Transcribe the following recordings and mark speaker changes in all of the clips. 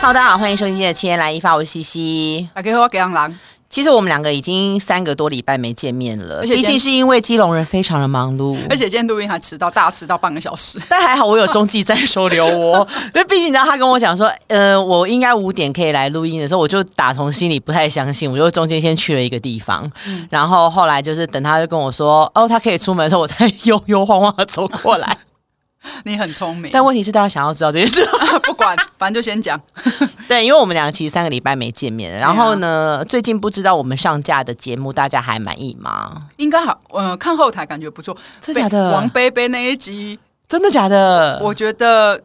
Speaker 1: Hello，大家好，欢迎收听《今天的千来一发》，我是西西。
Speaker 2: 打给我给让狼，
Speaker 1: 其实我们两个已经三个多礼拜没见面了，
Speaker 2: 而且
Speaker 1: 毕
Speaker 2: 今
Speaker 1: 竟是因为基隆人非常的忙碌，
Speaker 2: 而且今天录音还迟到，大迟到半个小时。
Speaker 1: 但还好我有中继站收留我，因 为毕竟你知道他跟我讲说，呃，我应该五点可以来录音的时候，我就打从心里不太相信，我就中间先去了一个地方，然后后来就是等他就跟我说，哦，他可以出门的时候，我才 悠悠晃晃的走过 来。
Speaker 2: 你很聪明，
Speaker 1: 但问题是，大家想要知道这件 事吗，
Speaker 2: 不管，反正就先讲。
Speaker 1: 对，因为我们俩其实三个礼拜没见面了，然后呢，最近不知道我们上架的节目大家还满意吗？
Speaker 2: 应该好，呃，看后台感觉不错。
Speaker 1: 真的假的嗯
Speaker 2: 被王贝贝那一集，
Speaker 1: 真的假的？
Speaker 2: 我觉得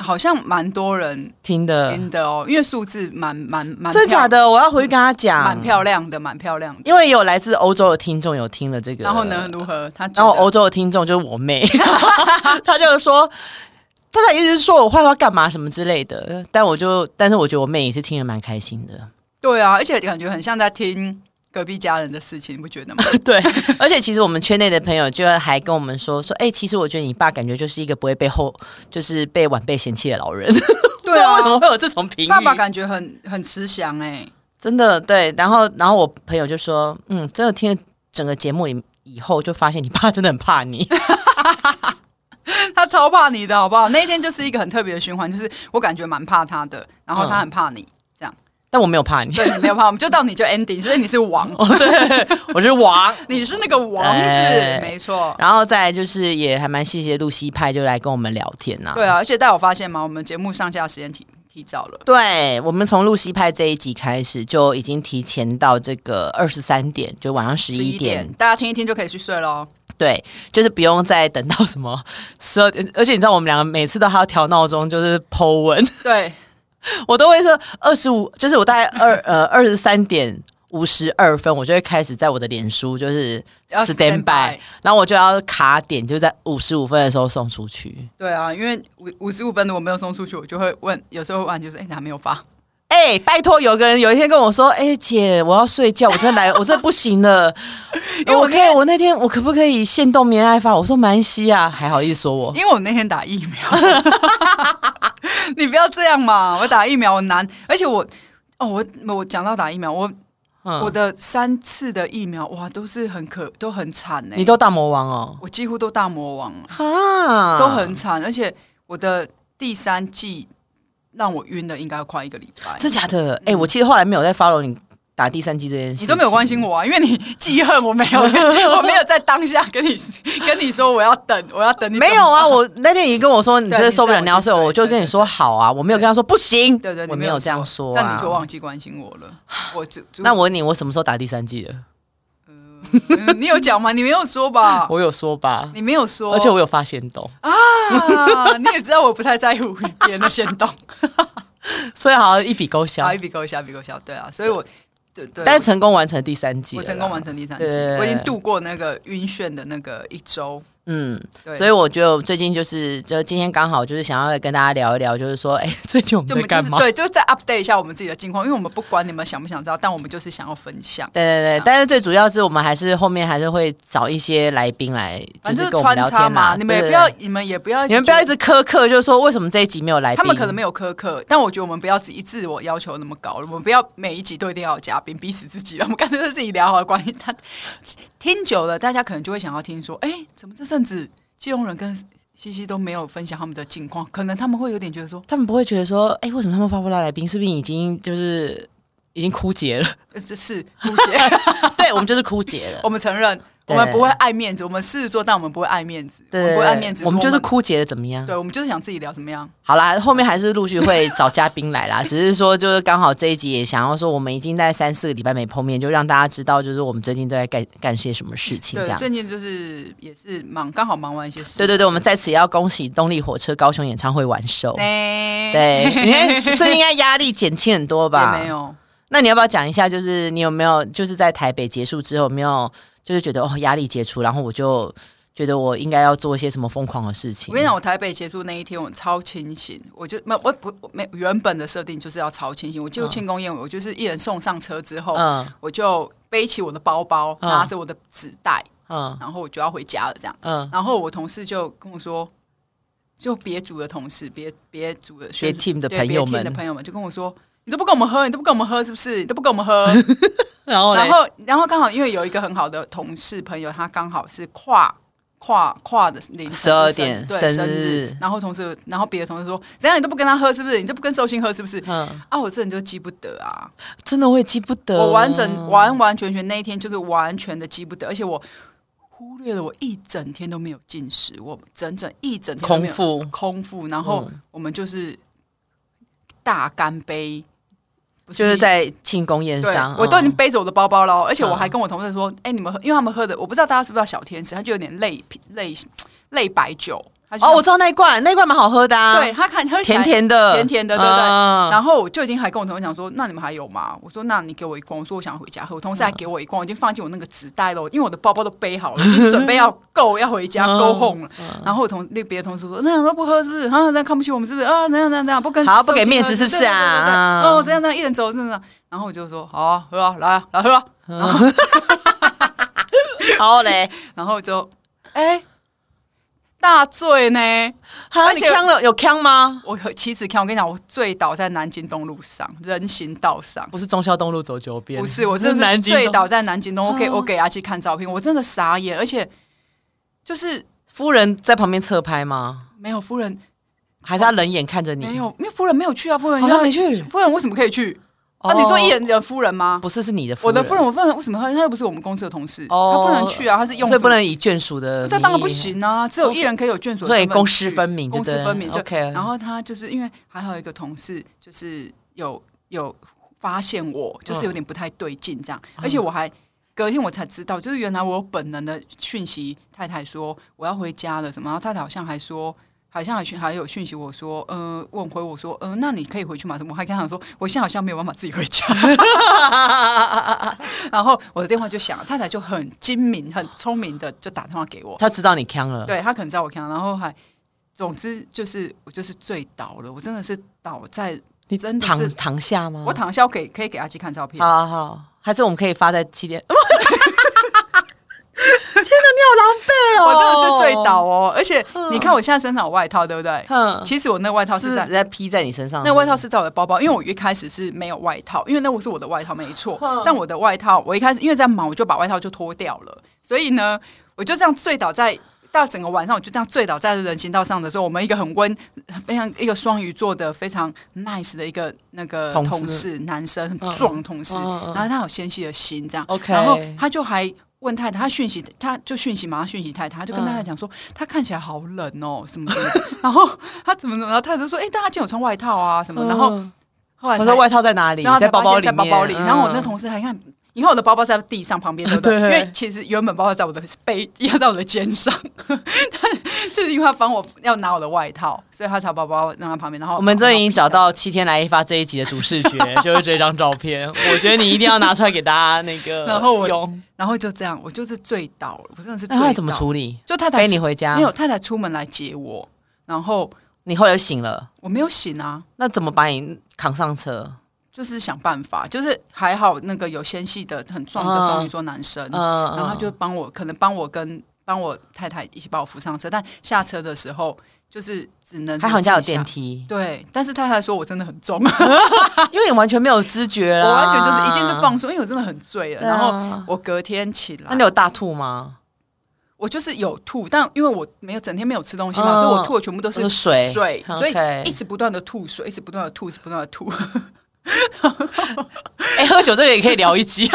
Speaker 2: 好像蛮多人
Speaker 1: 听的，
Speaker 2: 听的哦，因为数字蛮蛮蛮
Speaker 1: 嗯真的假
Speaker 2: 漂，
Speaker 1: 的？我要回去跟他讲
Speaker 2: 蛮，漂亮的，蛮漂亮的。
Speaker 1: 因为有来自欧洲的听众有听了这个，
Speaker 2: 然后呢，？如何？他觉得
Speaker 1: 然后欧洲的听众就是我 妹，她就说。她的意思是说我坏话干嘛什么之类的，但我就，但是我觉得我妹也是听得蛮开心 的，
Speaker 2: 对啊，而且感觉很像在听隔壁家人的事情，你不觉 得吗？
Speaker 1: 对。而且其实我们圈内的朋友就还跟我们说说，哎、其实我觉得你爸感觉就是一个不会被后，就是被晚辈嫌弃的老人。
Speaker 2: 对
Speaker 1: 不知道为什么
Speaker 2: 啊，
Speaker 1: 会有这种评语？
Speaker 2: 爸爸感觉很很慈祥哎、
Speaker 1: 真的对，然后然后我朋友就说，嗯，真的听了整个节目以以后，就发现你爸真的很怕你。
Speaker 2: 他超怕你的好不好？那一天就是一个很特别的循环，就是我感觉蛮怕他的，然后他很怕
Speaker 1: 嗯
Speaker 2: 你，
Speaker 1: 但我没有怕你，
Speaker 2: 对你没有怕，我们就到你就 ending，所以你是王，
Speaker 1: 哦我是 王。
Speaker 2: 你是那个王子，
Speaker 1: 哎
Speaker 2: 没错。
Speaker 1: 然后再来就是也还蛮谢谢露西派就来跟我们聊天呐、
Speaker 2: 对啊，而且大家有发现吗？我们节目上架时间提提早了，
Speaker 1: 对，我们从露西派这一集开始就已经提前到这个二十三点，就晚上十一
Speaker 2: 11
Speaker 1: 点，
Speaker 2: 大家听一听就可以去睡喽。
Speaker 1: 对，就是不用再等到什么十二点。而且你知道我们两个每次都还要调闹钟，就是 Po 文，
Speaker 2: 对，
Speaker 1: 我都会说二十五，就是我大概二 呃二十三点五十二分，我就会开始在我的脸书就是
Speaker 2: 要
Speaker 1: stand
Speaker 2: stand
Speaker 1: by，
Speaker 2: by
Speaker 1: 然后我就要卡点，就在五十五分的时候送出去。
Speaker 2: 对啊，因为五五十五分的我没有送出去，我就会问，有时候会问就是，哎、你还没有发？
Speaker 1: 哎、拜托，有个人有一天跟我说：“哎、姐，我要睡觉，我真的 来，我真的不行了。
Speaker 2: 因为
Speaker 1: 我
Speaker 2: 我
Speaker 1: 可以，我那天我可不可以限动棉爱发？”我说：“蛮西啊，还好意思说我。
Speaker 2: 因为我那天打疫苗， 你不要这样嘛！我打疫苗我难，而且我哦，我我讲到打疫苗，我、
Speaker 1: 嗯
Speaker 2: 我的三次的疫苗哇，都是很可都很惨呢、
Speaker 1: 你都嗯大魔王哦，
Speaker 2: 我几乎都大魔王，
Speaker 1: 哈，
Speaker 2: 都很惨，而且我的第三季让我晕了，应该要快一个礼拜。
Speaker 1: 真假的？哎、我其实后来没有再 follow 你打第三季这件事，
Speaker 2: 你都没有关心我啊，因为你记恨我没 有，我没有在当下跟你跟你说我要等，我要等你。
Speaker 1: 没有啊，我那天你跟我说你真的受不了，
Speaker 2: 对
Speaker 1: 你要睡，我
Speaker 2: 你知
Speaker 1: 就
Speaker 2: 道我去睡
Speaker 1: 跟你说好啊，我没有跟他说不行，
Speaker 2: 对对，你
Speaker 1: 我没有这样说啊。
Speaker 2: 但你就忘记关心我了。我 就
Speaker 1: 那我问你，我什么时候打第三季了？
Speaker 2: 嗯你有讲吗？你没有说吧？
Speaker 1: 我有说吧，
Speaker 2: 你没有说，
Speaker 1: 而且我有发现懂，
Speaker 2: 啊，你也知道我不太在乎别人的行动，
Speaker 1: 所以好像一笔勾销
Speaker 2: 啊，一。笔勾销，一笔勾销，对啊，所以我对对，
Speaker 1: 但是成功完成第三季，
Speaker 2: 我成功完。成第三季
Speaker 1: 对对对，
Speaker 2: 我已经度过那个晕眩的那个一周，
Speaker 1: 嗯，
Speaker 2: 对，
Speaker 1: 所以我觉得我最近就是，就今天刚好就是想要跟大家聊一聊，就是说，哎、 最近我
Speaker 2: 就
Speaker 1: 们在
Speaker 2: 我们就
Speaker 1: 干
Speaker 2: 是
Speaker 1: 嘛？
Speaker 2: 对，就是再 update 一下我们自己的近况，因为我们不管你们想不想知道，但我们就是想要分享，
Speaker 1: 对对对，但是最主要是我们还是后面还是会找一些来宾来，
Speaker 2: 反正
Speaker 1: 是
Speaker 2: 就
Speaker 1: 跟
Speaker 2: 是
Speaker 1: 我们
Speaker 2: 穿
Speaker 1: 聊
Speaker 2: 插
Speaker 1: 天
Speaker 2: 嘛，
Speaker 1: 啦。
Speaker 2: 你们也
Speaker 1: 对
Speaker 2: 不
Speaker 1: 对
Speaker 2: 要
Speaker 1: 对，
Speaker 2: 你们也不要，
Speaker 1: 你们不要一。直苛刻，就是说为什么这一集没有来宾？
Speaker 2: 他们可能没有苛刻，但我觉得我们不要自己自我要求那么高了。我们不要每一集都一定要有嘉宾，逼死自己了。我们干脆就自己聊好了。关于他听久了，大家可能就会想要听说，哎、怎么这阵子基隆人跟西西都没有分享他们的近况？可能他们会有点觉得说，
Speaker 1: 他们不会觉得说，哎、为什么他们发不到来宾？是不是已经就是已经枯竭了？
Speaker 2: 呃就是姑姐，
Speaker 1: 对，我们就是枯竭了。
Speaker 2: 我们承认我们不会爱面子，我们狮子座，但我们不会爱面子， 我
Speaker 1: 对
Speaker 2: 们不会爱面子，
Speaker 1: 我们
Speaker 2: 说
Speaker 1: 就是枯竭了，怎么样？
Speaker 2: 对，我们就是想自己聊怎么样？
Speaker 1: 好啦，后面还是陆续会找嘉宾来啦。只是说， 就是刚好这一集也想要说，我们已经在三四个礼拜没碰面，就让大家知道，就是我们最近都在干干些什么事情，这
Speaker 2: 对，
Speaker 1: 样。
Speaker 2: 最近就是也是忙，刚好忙完一些事，
Speaker 1: 对对对，我们在此也要恭喜动力火车高雄演唱会完售。
Speaker 2: 对
Speaker 1: 对，你看最近应该压力减轻很多吧？
Speaker 2: 也没有。
Speaker 1: 那你要不要讲一下，就是你有没有就是在台北结束之后，有没有就是觉得哦压力解除，然后我就觉得我应该要做一些什么疯狂的事情？
Speaker 2: 我跟你讲，我台北结束那一天，我超清醒，我就没有我不我没原本的设定就是要超清醒。我进入庆功宴，我就是一人送上车之后，
Speaker 1: 嗯
Speaker 2: 我就背起我的包包，
Speaker 1: 嗯
Speaker 2: 拿着我的纸袋，
Speaker 1: 嗯
Speaker 2: 然后我就要回家了，这样。
Speaker 1: 嗯，
Speaker 2: 然后我同事就跟我说：“就别组的同事，别别组的
Speaker 1: 别 team 的朋友们
Speaker 2: 对别 team 的朋友们就跟我说，你都不跟我们喝，你都不跟我们喝，是不是？你都不跟我们喝。
Speaker 1: 然后
Speaker 2: 然
Speaker 1: 嘞，
Speaker 2: 后嗯然后刚好因为有一个很好的同事朋友，他刚好是跨。跨跨的凌晨
Speaker 1: 12点
Speaker 2: 对
Speaker 1: 生
Speaker 2: 生
Speaker 1: 日
Speaker 2: 然后同事，然后别的同事说：“怎样你都不跟他喝，是不是？你都不跟寿星喝，是不 是？”
Speaker 1: 嗯，
Speaker 2: 啊，我这人就记不得啊，
Speaker 1: 真的我也记不得，
Speaker 2: 我完整完完全全那一天就是完全的记不得，而且我忽略了我一整天都没有进食，我整整一整天都
Speaker 1: 空
Speaker 2: 没有
Speaker 1: 腹，嗯
Speaker 2: 空腹，然后我们就是大干杯，不
Speaker 1: 就是在庆功宴
Speaker 2: 对
Speaker 1: 上，，
Speaker 2: 我都已经
Speaker 1: 嗯
Speaker 2: 背着我的包包了哦，而且我
Speaker 1: 嗯
Speaker 2: 还跟我同事说，哎、你们喝，因为他们喝的，我不知道大家是不是叫小天使，他就有点类类类白酒，他就
Speaker 1: 哦，我知道那一罐，那一罐蛮好喝的啊，
Speaker 2: 对，他看喝起
Speaker 1: 甜
Speaker 2: 来
Speaker 1: 甜的，
Speaker 2: 甜甜的，对不对？
Speaker 1: 嗯
Speaker 2: 然后我就已经还跟我同事讲说，那你们还有吗？我说，那你给我一罐。我说我想回家喝。我同
Speaker 1: 嗯
Speaker 2: 事还给我一罐，我已经放进我那个纸袋了，因为我的包包都背好了，已经准备要够要回家
Speaker 1: 嗯
Speaker 2: 够 home 了。然后我同那别的同事说，那样都不喝是不是？啊，那看不起我们是不是？啊，那样那样那样不跟
Speaker 1: 好不给
Speaker 2: 寿星
Speaker 1: 面子
Speaker 2: 喝
Speaker 1: 是不是
Speaker 2: 对对对
Speaker 1: 啊
Speaker 2: 对对
Speaker 1: 啊
Speaker 2: 哦，这样那样一人走，这样。这样然后我就说，好啊，喝啊，来啊，来喝啊。
Speaker 1: 然后嘞，
Speaker 2: 然后就，哎，大醉呢。
Speaker 1: 哈，
Speaker 2: 而
Speaker 1: 你
Speaker 2: 且
Speaker 1: 呛了有呛吗？
Speaker 2: 我妻子看我跟你讲，我醉倒在南京东路上，人行道上。
Speaker 1: 不是忠孝东路走九遍，
Speaker 2: 不是，我真的
Speaker 1: 南
Speaker 2: 是
Speaker 1: 京
Speaker 2: 醉
Speaker 1: 东
Speaker 2: 倒在南京东。我给
Speaker 1: 哦
Speaker 2: 我给阿七看照片，我真的傻眼，而且就是
Speaker 1: 夫人在旁边侧拍吗？
Speaker 2: 没有夫人，
Speaker 1: 还
Speaker 2: 哦
Speaker 1: 是他冷眼看着你？
Speaker 2: 没有，因为夫人没有去啊，夫人
Speaker 1: 哦他
Speaker 2: 要
Speaker 1: 没去
Speaker 2: 夫人为什么可以去？
Speaker 1: 哦，
Speaker 2: 啊，你说一人的夫人吗？
Speaker 1: 不是是你的
Speaker 2: 我的
Speaker 1: 夫
Speaker 2: 夫人，我夫人为什么他他又不是我们公司的同事，
Speaker 1: 哦
Speaker 2: 他不能去啊，他是用
Speaker 1: 所以
Speaker 2: 什么
Speaker 1: 不，能以眷属的，
Speaker 2: 他当然不，行啊，只有一人可以有眷属的身份
Speaker 1: 呃所
Speaker 2: 去，
Speaker 1: 以公私分明就
Speaker 2: 公
Speaker 1: 对了，
Speaker 2: 私分明就
Speaker 1: OK，
Speaker 2: 然后他就是因为还好有一个同事，就是有有发现我，就是有点不太对劲这样，
Speaker 1: 嗯
Speaker 2: 而且我还隔天我才知道，就是原来我有本能的讯息太太说我要回家了什么，然后太太好像还说。好像还讯还有讯息我说，呃，问回我说，呃，那你可以回去吗？什么？我还跟他讲说，我现在好像没有办法自己回家。 然后我的电话就响了，太太就很精明、很聪明的就打电话给我，
Speaker 1: 他知道你呛了，
Speaker 2: 对他可能在我看，然后还总之就是我就是醉倒了，我真的是倒在，
Speaker 1: 你
Speaker 2: 真的
Speaker 1: 躺
Speaker 2: 是
Speaker 1: 躺下吗？哦
Speaker 2: 我躺下我给可以给阿基看照片，
Speaker 1: 好好好，还是我们可以发在七
Speaker 2: 嗯
Speaker 1: 点。天哪，你好
Speaker 2: 我
Speaker 1: 狼狈哦！
Speaker 2: 真的是醉倒哦，而且你看我现在身上有外套，对不对？
Speaker 1: 哼，
Speaker 2: 其实我那个外套是
Speaker 1: 是
Speaker 2: 在
Speaker 1: 在披在你身上，
Speaker 2: 那外套是在我的包包，因为我一开始是没有外套，因为那我是我的外套没错，但我的外套我一开始因为在忙，我就把外套就脱掉了，所以呢，我就这样醉倒在。到整个晚上，我就这样醉倒在人行道上的时候，我们一个很温、非常一个双鱼座的非常 nice 的一个那个
Speaker 1: 同事
Speaker 2: 同事，男生很
Speaker 1: 嗯
Speaker 2: 壮同事，
Speaker 1: 嗯嗯嗯
Speaker 2: 然后他有纤细的心，这样
Speaker 1: OK
Speaker 2: 然后他就还问太太，他讯息，他就讯息马上讯息太太，他就跟
Speaker 1: 嗯
Speaker 2: 太太讲说，他看起来好冷哦，什么什么的， 然后他怎么怎么，然后太太就说，哎、但他今天有穿外套啊什么，然后
Speaker 1: 嗯
Speaker 2: 后来
Speaker 1: 我
Speaker 2: 才
Speaker 1: 说外套在哪里？
Speaker 2: 然后才
Speaker 1: 包
Speaker 2: 发
Speaker 1: 包
Speaker 2: 现
Speaker 1: 里
Speaker 2: 在
Speaker 1: 面，
Speaker 2: 包包里，
Speaker 1: 嗯
Speaker 2: 然后我那同事还看。你看我的包包在地上旁边，对不 对？
Speaker 1: 对
Speaker 2: 因为其实原本包包在我的背，压在我的肩上， 但是因为他帮我要拿我的外套，所以他才把包包让在旁边。然后
Speaker 1: 我们
Speaker 2: 这
Speaker 1: 这已经找到七天来一发这一集的主视觉， 就是这张照片。我觉得你一定要拿出来给大家那个用。
Speaker 2: 然后我然后就这样，我就是醉倒了，我真的是
Speaker 1: 那
Speaker 2: 醉倒。
Speaker 1: 后来怎么？处理？
Speaker 2: 就太太
Speaker 1: 陪你回家
Speaker 2: 没？有太太出门来接我，然后
Speaker 1: 你后来醒了，
Speaker 2: 我没有醒啊，
Speaker 1: 那怎么把你扛上车？
Speaker 2: 就是想办法，就是还好那个有纤细的很壮的双鱼座男生，
Speaker 1: 嗯，
Speaker 2: 然后他就帮我，可能帮我跟帮我太太一起把我扶上车，但下车的时候就是只能
Speaker 1: 还好你家有电
Speaker 2: 梯。
Speaker 1: 梯，
Speaker 2: 对，但是太太说我真的很重，
Speaker 1: 因为你完全没有知觉
Speaker 2: 我
Speaker 1: 啦，
Speaker 2: 完全就是一定是放松，因为我真的很醉了。
Speaker 1: 啊对啊
Speaker 2: 然后我隔天起来
Speaker 1: 那你，有大吐吗？
Speaker 2: 我就是有吐，但因为我没有整天没有吃东西嘛，
Speaker 1: 嗯
Speaker 2: 所以我吐的全部都是
Speaker 1: 都是水
Speaker 2: 水，
Speaker 1: OK
Speaker 2: 所以一直不断的吐水，一直不断的吐，一直不断的吐，
Speaker 1: 哎、喝酒这个也可以聊一集。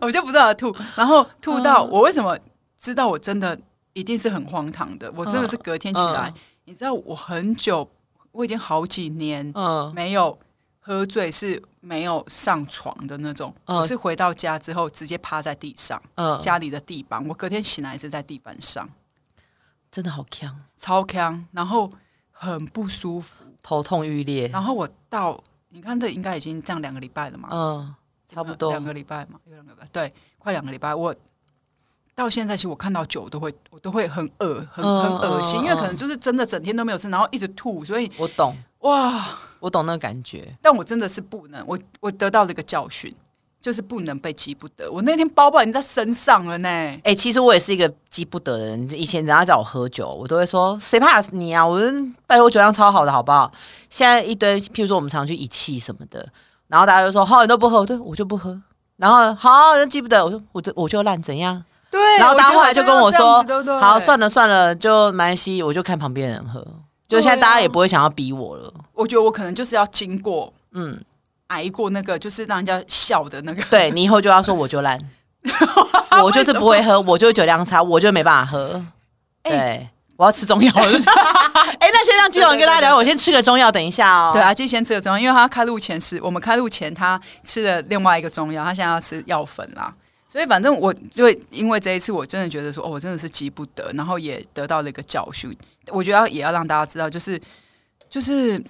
Speaker 2: 我就不断的吐，然后吐
Speaker 1: 嗯
Speaker 2: 到我为什么知道我真的一定是很荒唐的，我真
Speaker 1: 嗯
Speaker 2: 的是隔天起来，你知道我很久，我已经好几年
Speaker 1: 嗯，
Speaker 2: 没有喝醉是没有上床的那种，
Speaker 1: 嗯
Speaker 2: 我是回到家之后直接趴在地上，
Speaker 1: 嗯，
Speaker 2: 家里的地板，我隔天醒来是在地板上，
Speaker 1: 真的好呛，
Speaker 2: 超康，然后很不舒服，
Speaker 1: 头痛欲裂。
Speaker 2: 然后我到你看这应该已经这样两个礼拜了嘛，
Speaker 1: 嗯，差不
Speaker 2: 两
Speaker 1: 多。
Speaker 2: 个礼拜嘛，有两个礼拜，对，快两个礼拜，我。到现在，其实我看到酒都会，我都会很恶，很
Speaker 1: 嗯
Speaker 2: 很恶
Speaker 1: 嗯
Speaker 2: 心，因为可能就是真的整天都没有吃，然后一直吐，所以
Speaker 1: 我懂，
Speaker 2: 哇，
Speaker 1: 我懂那个感觉。
Speaker 2: 但我真的是不能，我我得到了一个教训，就是不能被记不得。我那天包包已经在身上了呢。
Speaker 1: 哎、其实我也是一个记不得的人。以前人家找我喝酒，我都会说谁怕你啊？我说拜托我酒量超好的好不好？现在一堆，譬如说我们常去一汽什么的，然后大家就说好，你都不喝，我对我就不喝。然后好，就记不得，我说我这我就烂，怎样？
Speaker 2: 对，
Speaker 1: 然后
Speaker 2: 我
Speaker 1: 大家
Speaker 2: 觉得
Speaker 1: 后来就
Speaker 2: 好像
Speaker 1: 跟
Speaker 2: 要
Speaker 1: 我
Speaker 2: 这样
Speaker 1: 说
Speaker 2: 子对不对
Speaker 1: 好，算了算了，就没关系，我就看旁边人喝。就现在
Speaker 2: 对啊
Speaker 1: 大家也不会想要逼我了。
Speaker 2: 我觉得我可能就是要经过
Speaker 1: 嗯，
Speaker 2: 挨过那个，就是让人家笑的 那个。
Speaker 1: 对你以后就要说我就 烂，我就是不会喝，我就酒量差，我就没办法喝。
Speaker 2: 哎
Speaker 1: 对，我要吃中 药了。哎、那先让基隆跟大家聊，我先吃个中药，等一下哦。
Speaker 2: 对，啊阿基先吃了中药，因为他开路前是我们开路前他吃了另外一个中药，他现在要吃药粉啦。所以反正我就会因为这一次，我真的觉得说，哦，我真的是急不得，然后也得到了一个教训。我觉得也要让大家知道，就是就是，嗯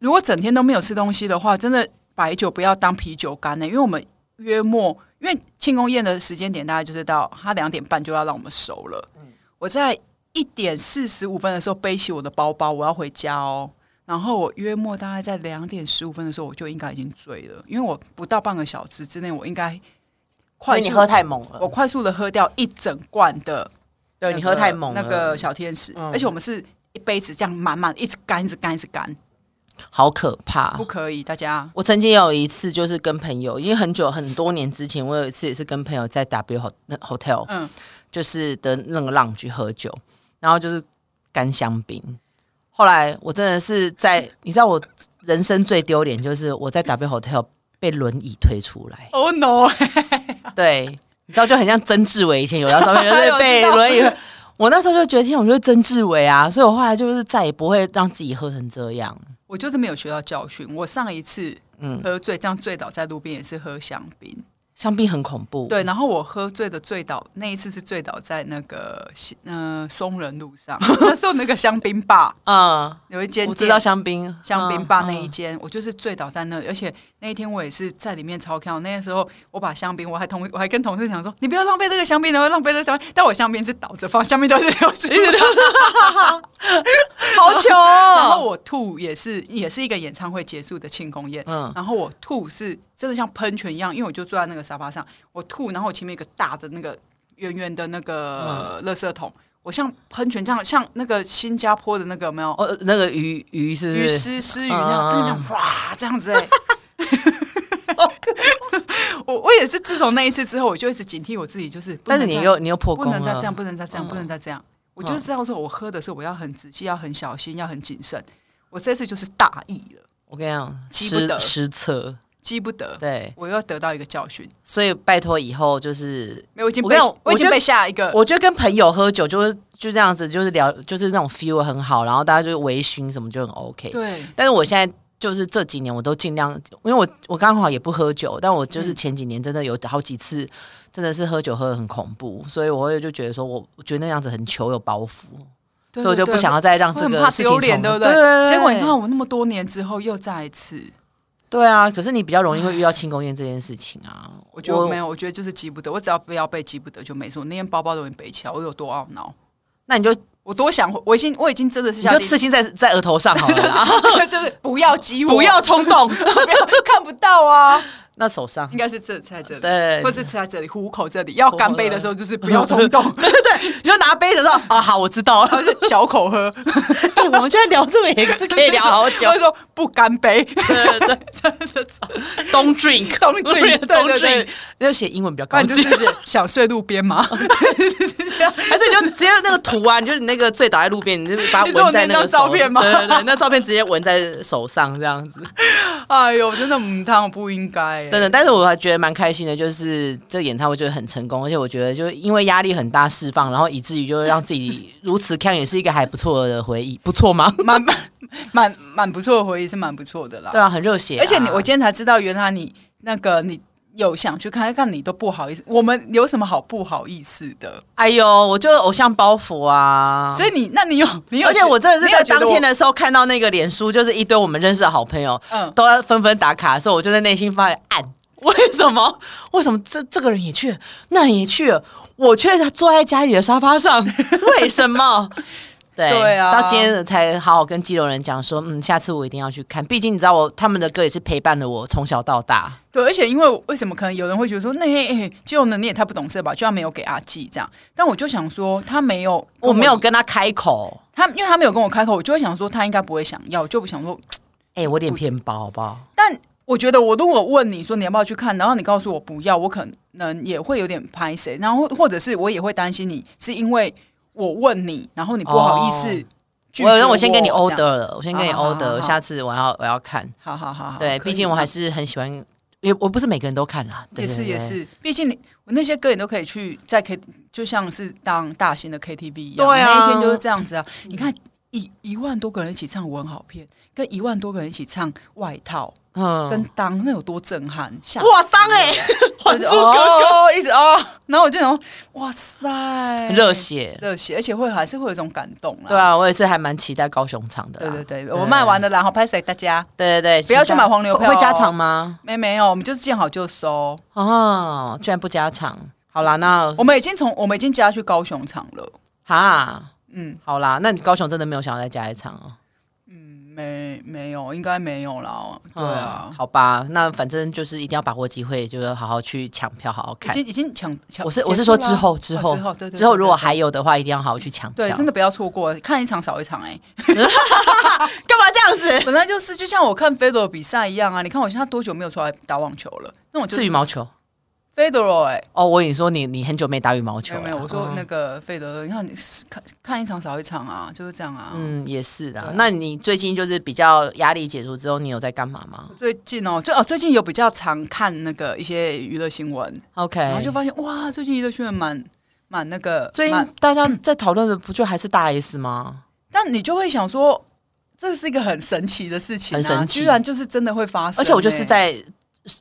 Speaker 2: 如果整天都没有吃东西的话，真的白酒不要当啤酒干呢、因为我们约莫，因为庆功宴的时间点大概就是到他两点半就要让我们熟了。
Speaker 1: 嗯
Speaker 2: 我在一点四十五分的时候背起我的包包，我要回家哦。然后我约莫大概在两点十五分的时候，我就应该已经醉了，因为我不到半个小时之内，我应该
Speaker 1: 因
Speaker 2: 快
Speaker 1: 为
Speaker 2: 速哦
Speaker 1: 你喝太猛
Speaker 2: 我
Speaker 1: 了。
Speaker 2: 快速的喝掉一整罐的那
Speaker 1: 对
Speaker 2: 个，
Speaker 1: 你喝太猛了，
Speaker 2: 那个小天使，
Speaker 1: 嗯
Speaker 2: 而且我们是一杯子这样满满，一直干，一直干，一直干，
Speaker 1: 好可怕
Speaker 2: 不。可以，大家。
Speaker 1: 我曾经有一次就是跟朋友，已经很久很多年之前，我有一次也是跟朋友在 W hot- 那 Hotel，
Speaker 2: 嗯
Speaker 1: 就是的那个浪去喝酒，然后就是干香槟。后来我真的是在，你知道我人生最丢脸就是我在 W Hotel 被轮椅推出 来，
Speaker 2: Oh no！
Speaker 1: 对，你知道就很像曾志伟以前有张照 片，就
Speaker 2: 哎
Speaker 1: 是
Speaker 2: 呦我知道
Speaker 1: 被轮椅。我那时候就觉得，天啊，我就是曾志伟啊，所以我后来就是再也不会让自己喝成这样。
Speaker 2: 我就是没有学到教训。我上一次
Speaker 1: 嗯
Speaker 2: 喝醉，这样醉倒在路边也是喝香槟。
Speaker 1: 香槟很恐怖，
Speaker 2: 对，然后我喝醉的醉倒，那一次是醉倒在那个嗯、呃、松仁 路上，那时候那个香槟吧
Speaker 1: 嗯，
Speaker 2: 有一间
Speaker 1: 我知
Speaker 2: 店
Speaker 1: 道香槟，
Speaker 2: 香槟
Speaker 1: 嗯
Speaker 2: 吧那 一间，我就是醉倒在那里，而且那一天我也是在里面超跳。那时候我把香槟，我还同我还跟同事讲说，你不要浪费这个香槟，然后浪费这个香槟。但我香槟是倒着放，香槟都是流 出来。
Speaker 1: 好糗哦。
Speaker 2: 然后我吐也是也是一个演唱会结束的庆功宴，
Speaker 1: 嗯
Speaker 2: 然后我吐是真的像喷泉一样，因为我就坐在那个沙发上，我吐，然后我前面有一个大的那个圆圆的那
Speaker 1: 嗯
Speaker 2: 个垃圾桶，我像喷泉这样，像那个新加坡的那个有没有？
Speaker 1: 哦，那个鱼鱼是不
Speaker 2: 鱼
Speaker 1: 是？
Speaker 2: 丝丝鱼那样，
Speaker 1: 嗯
Speaker 2: 真的这样哇这样 子哎、欸。 我我也是，自从那一次之后，我就一直警惕我自己，就是不
Speaker 1: 但
Speaker 2: 能
Speaker 1: 是
Speaker 2: 再
Speaker 1: 你又你又破
Speaker 2: 不
Speaker 1: 功
Speaker 2: 能再这样，
Speaker 1: 了，嗯
Speaker 2: 不能再这样，不能再这样。我就是知道说，我喝的时候我要很仔细，要很小心，要很谨慎。我这次就是大意了，
Speaker 1: 我跟你讲，
Speaker 2: 记不
Speaker 1: 失
Speaker 2: 得
Speaker 1: 失策，
Speaker 2: 记不得，
Speaker 1: 对，
Speaker 2: 我又要得到一个教训。
Speaker 1: 所以拜托以后就是，
Speaker 2: 没有，我已经
Speaker 1: 我
Speaker 2: 被
Speaker 1: 跟你讲
Speaker 2: 我
Speaker 1: 我
Speaker 2: 已
Speaker 1: 觉
Speaker 2: 经
Speaker 1: 得
Speaker 2: 被下一个，
Speaker 1: 我觉得跟朋友喝酒就是就这样子，就是聊，就是那种 feel 很好，然后大家就是微醺什么就很 OK。
Speaker 2: 对
Speaker 1: 但是我现在就是这几年我都尽量，因为我我刚好也不喝酒，但我
Speaker 2: 嗯
Speaker 1: 就是前几年真的有好几次真的是喝酒喝的很恐怖，所以我会就觉得说我我觉得那样子很糗有包袱，所
Speaker 2: 对，
Speaker 1: 以我就
Speaker 2: 对
Speaker 1: 不想要再让
Speaker 2: 会
Speaker 1: 这
Speaker 2: 很
Speaker 1: 个
Speaker 2: 怕
Speaker 1: 事情
Speaker 2: 丢脸，
Speaker 1: 重
Speaker 2: 对不
Speaker 1: 对？
Speaker 2: 对？结果你
Speaker 1: 对
Speaker 2: 看，我那么多年之后又再一次，
Speaker 1: 对啊，可是你比较容易会遇到庆功宴这件事情啊。
Speaker 2: 我觉得没有，我觉得就是急不得，我只要不要被急不得就没事。我那天包包都没背起来，我有多懊恼，
Speaker 1: 那你就
Speaker 2: 我多想，我已经我已经真的是
Speaker 1: 你
Speaker 2: 下
Speaker 1: 就
Speaker 2: 定
Speaker 1: 刺青在在额头上好了啦，
Speaker 2: 就是不要急我，
Speaker 1: 不要冲 动。
Speaker 2: 不要看不到啊，
Speaker 1: 那手上
Speaker 2: 应该是这在这里，
Speaker 1: 对
Speaker 2: 或者是在这里虎口这里，要干杯的时候就是不要冲动，
Speaker 1: 对对对，你就拿杯子说啊，好，我知道了。
Speaker 2: 然后是小口喝，
Speaker 1: 哎我们居然聊这个也是可以聊好久
Speaker 2: 或。者说不干杯，
Speaker 1: 对对
Speaker 2: 真的超，
Speaker 1: ，Don't drink，
Speaker 2: Don't drink，对对
Speaker 1: don't
Speaker 2: 对
Speaker 1: drink，要写英文比较
Speaker 2: 不
Speaker 1: 高
Speaker 2: 然就
Speaker 1: 级，
Speaker 2: 是写想睡路边嘛。
Speaker 1: 还是你就直接那个图啊，你就是你那个醉倒在路边，你就把它
Speaker 2: 你说我
Speaker 1: 纹在
Speaker 2: 那
Speaker 1: 那个
Speaker 2: 张照
Speaker 1: 手
Speaker 2: 片吗
Speaker 1: 对对对，那照片直接纹在手上这样子。
Speaker 2: 哎呦，真的母汤我不应该欸，
Speaker 1: 真的，但是我还觉得蛮开心的，就是这个演唱会就是很成功，而且我觉得就是因为压力很大释放，然后以至于就是让自 己如此看，也是一个还不错的回忆，不错吗？
Speaker 2: 蛮蛮蛮蛮不错的回忆，是蛮不错的啦
Speaker 1: 对。啊，很热血啊、
Speaker 2: 而且你，我今天才知道，原来你那个你有想去看看，你都不好意思。我们有什么好不好意思的？
Speaker 1: 哎呦，我就偶像包袱啊，
Speaker 2: 所以你，那你有 你有
Speaker 1: 而
Speaker 2: 觉，
Speaker 1: 且我真的
Speaker 2: 你
Speaker 1: 是
Speaker 2: 有
Speaker 1: 在
Speaker 2: 觉得
Speaker 1: 当天
Speaker 2: 我，
Speaker 1: 的时候看到那个脸书，就是一堆我们认识的好朋友
Speaker 2: 嗯，
Speaker 1: 都要纷纷打卡的时候，我就在内心发现暗，为什么？ 为什么这这个人也去了， 那人也去了，我却坐在家里的沙发上，为什么？对
Speaker 2: 对啊
Speaker 1: 到今天才好好跟基隆人讲说，嗯，下次我一定要去看。毕竟你知道我他们的歌也是陪伴了我从小到大。
Speaker 2: 对，而且因为为什么可能有人会觉得说，那哎，就能你也太不懂事了吧，就他没有给阿纪这样。但我就想说，他没有，
Speaker 1: 我没有跟他开口，
Speaker 2: 他，因为他没有跟我开口，我就会想说他应该不会想要，就不想说。
Speaker 1: 哎、我脸偏薄，好不好？
Speaker 2: 但我觉得我如果问你说你要不要去看，然后你告诉我不要，我可能也会有点拍谁，然后或者是我也会担心你是因为我问你，然后你不好意思
Speaker 1: 哦
Speaker 2: 拒绝
Speaker 1: 我那我先跟你
Speaker 2: 这样
Speaker 1: order 了，我先跟你
Speaker 2: 好好好
Speaker 1: order，
Speaker 2: 好
Speaker 1: 下次我要我要看。
Speaker 2: 好好好好，
Speaker 1: 对，
Speaker 2: 哦可以
Speaker 1: 毕竟我还
Speaker 2: 好
Speaker 1: 是很喜欢，也我不是每个人都看啦。对
Speaker 2: 也是
Speaker 1: 对对
Speaker 2: 也是，毕竟你我那些歌你都可以去在 K，就像是当大型的 KTV 一样，
Speaker 1: 对啊
Speaker 2: 那一天就是这样子啊。你看一一万多个人一起唱《我很好骗》，跟一万多个人一起唱《外套》跟
Speaker 1: 嗯，
Speaker 2: 《当》，那有多震撼！吓
Speaker 1: 哇，
Speaker 2: 死
Speaker 1: 当
Speaker 2: 人
Speaker 1: 哎、还
Speaker 2: 就
Speaker 1: 珠
Speaker 2: 是
Speaker 1: 格格
Speaker 2: 哦，一直哦，然后我就想说，哇塞，
Speaker 1: 热血。
Speaker 2: 热血，而且会还是会有一种感动啦。
Speaker 1: 对啊，我啊也是还蛮期待高雄场的啦。
Speaker 2: 对对对，我卖完了啦，好拍谁大家。
Speaker 1: 对对对，
Speaker 2: 不要
Speaker 1: 期待
Speaker 2: 去买黄牛票
Speaker 1: 会
Speaker 2: 哦
Speaker 1: 会加场吗？
Speaker 2: 没没有，我们就是见好就收。
Speaker 1: 哦，居然不加场，好啦，那
Speaker 2: 我们已经从我们已经加去高雄场了，
Speaker 1: 哈，
Speaker 2: 嗯，
Speaker 1: 好啦，那你高雄真的没有想要再加一场哦？
Speaker 2: 没没有，应该没有啦。对
Speaker 1: 嗯
Speaker 2: 啊，
Speaker 1: 好吧，那反正就是一定要把握机会，就是好好去抢票，好好
Speaker 2: 已
Speaker 1: 看。
Speaker 2: 经已经抢抢，
Speaker 1: 我是
Speaker 2: 结束
Speaker 1: 我是说
Speaker 2: 啦
Speaker 1: 之后之后、
Speaker 2: 哦之后对对对
Speaker 1: 如果还有的话，一定要好好去抢票。
Speaker 2: 对，真的不要错过，看一场少一场哎、
Speaker 1: 干嘛这样 子？
Speaker 2: 本来就是就像我看菲德罗比赛一样啊，你看我现在多久没有出来打网球了？那我就是
Speaker 1: 羽毛球
Speaker 2: 菲德罗哎，
Speaker 1: 哦，我跟你说你你很久没打羽毛球
Speaker 2: 没
Speaker 1: 了，
Speaker 2: 有没有，我说
Speaker 1: 嗯
Speaker 2: 那个费德勒，你看你是看看一场少一场啊，就是这样啊。
Speaker 1: 嗯也是的
Speaker 2: 对。
Speaker 1: 那你最近就是比较压力解除之后，你有在干嘛吗
Speaker 2: 最近哦，最哦最近有比较常看那个一些娱乐新闻，然后
Speaker 1: ？OK，
Speaker 2: 就发现哇，最近娱乐新闻蛮蛮那个，
Speaker 1: 最
Speaker 2: 蛮
Speaker 1: 近大家在讨论的不就还是大 S 吗？
Speaker 2: 但你就会想说，这是一个很神奇的事情、啊，
Speaker 1: 很神奇
Speaker 2: 居然就是真的会发生欸、
Speaker 1: 而且我就是在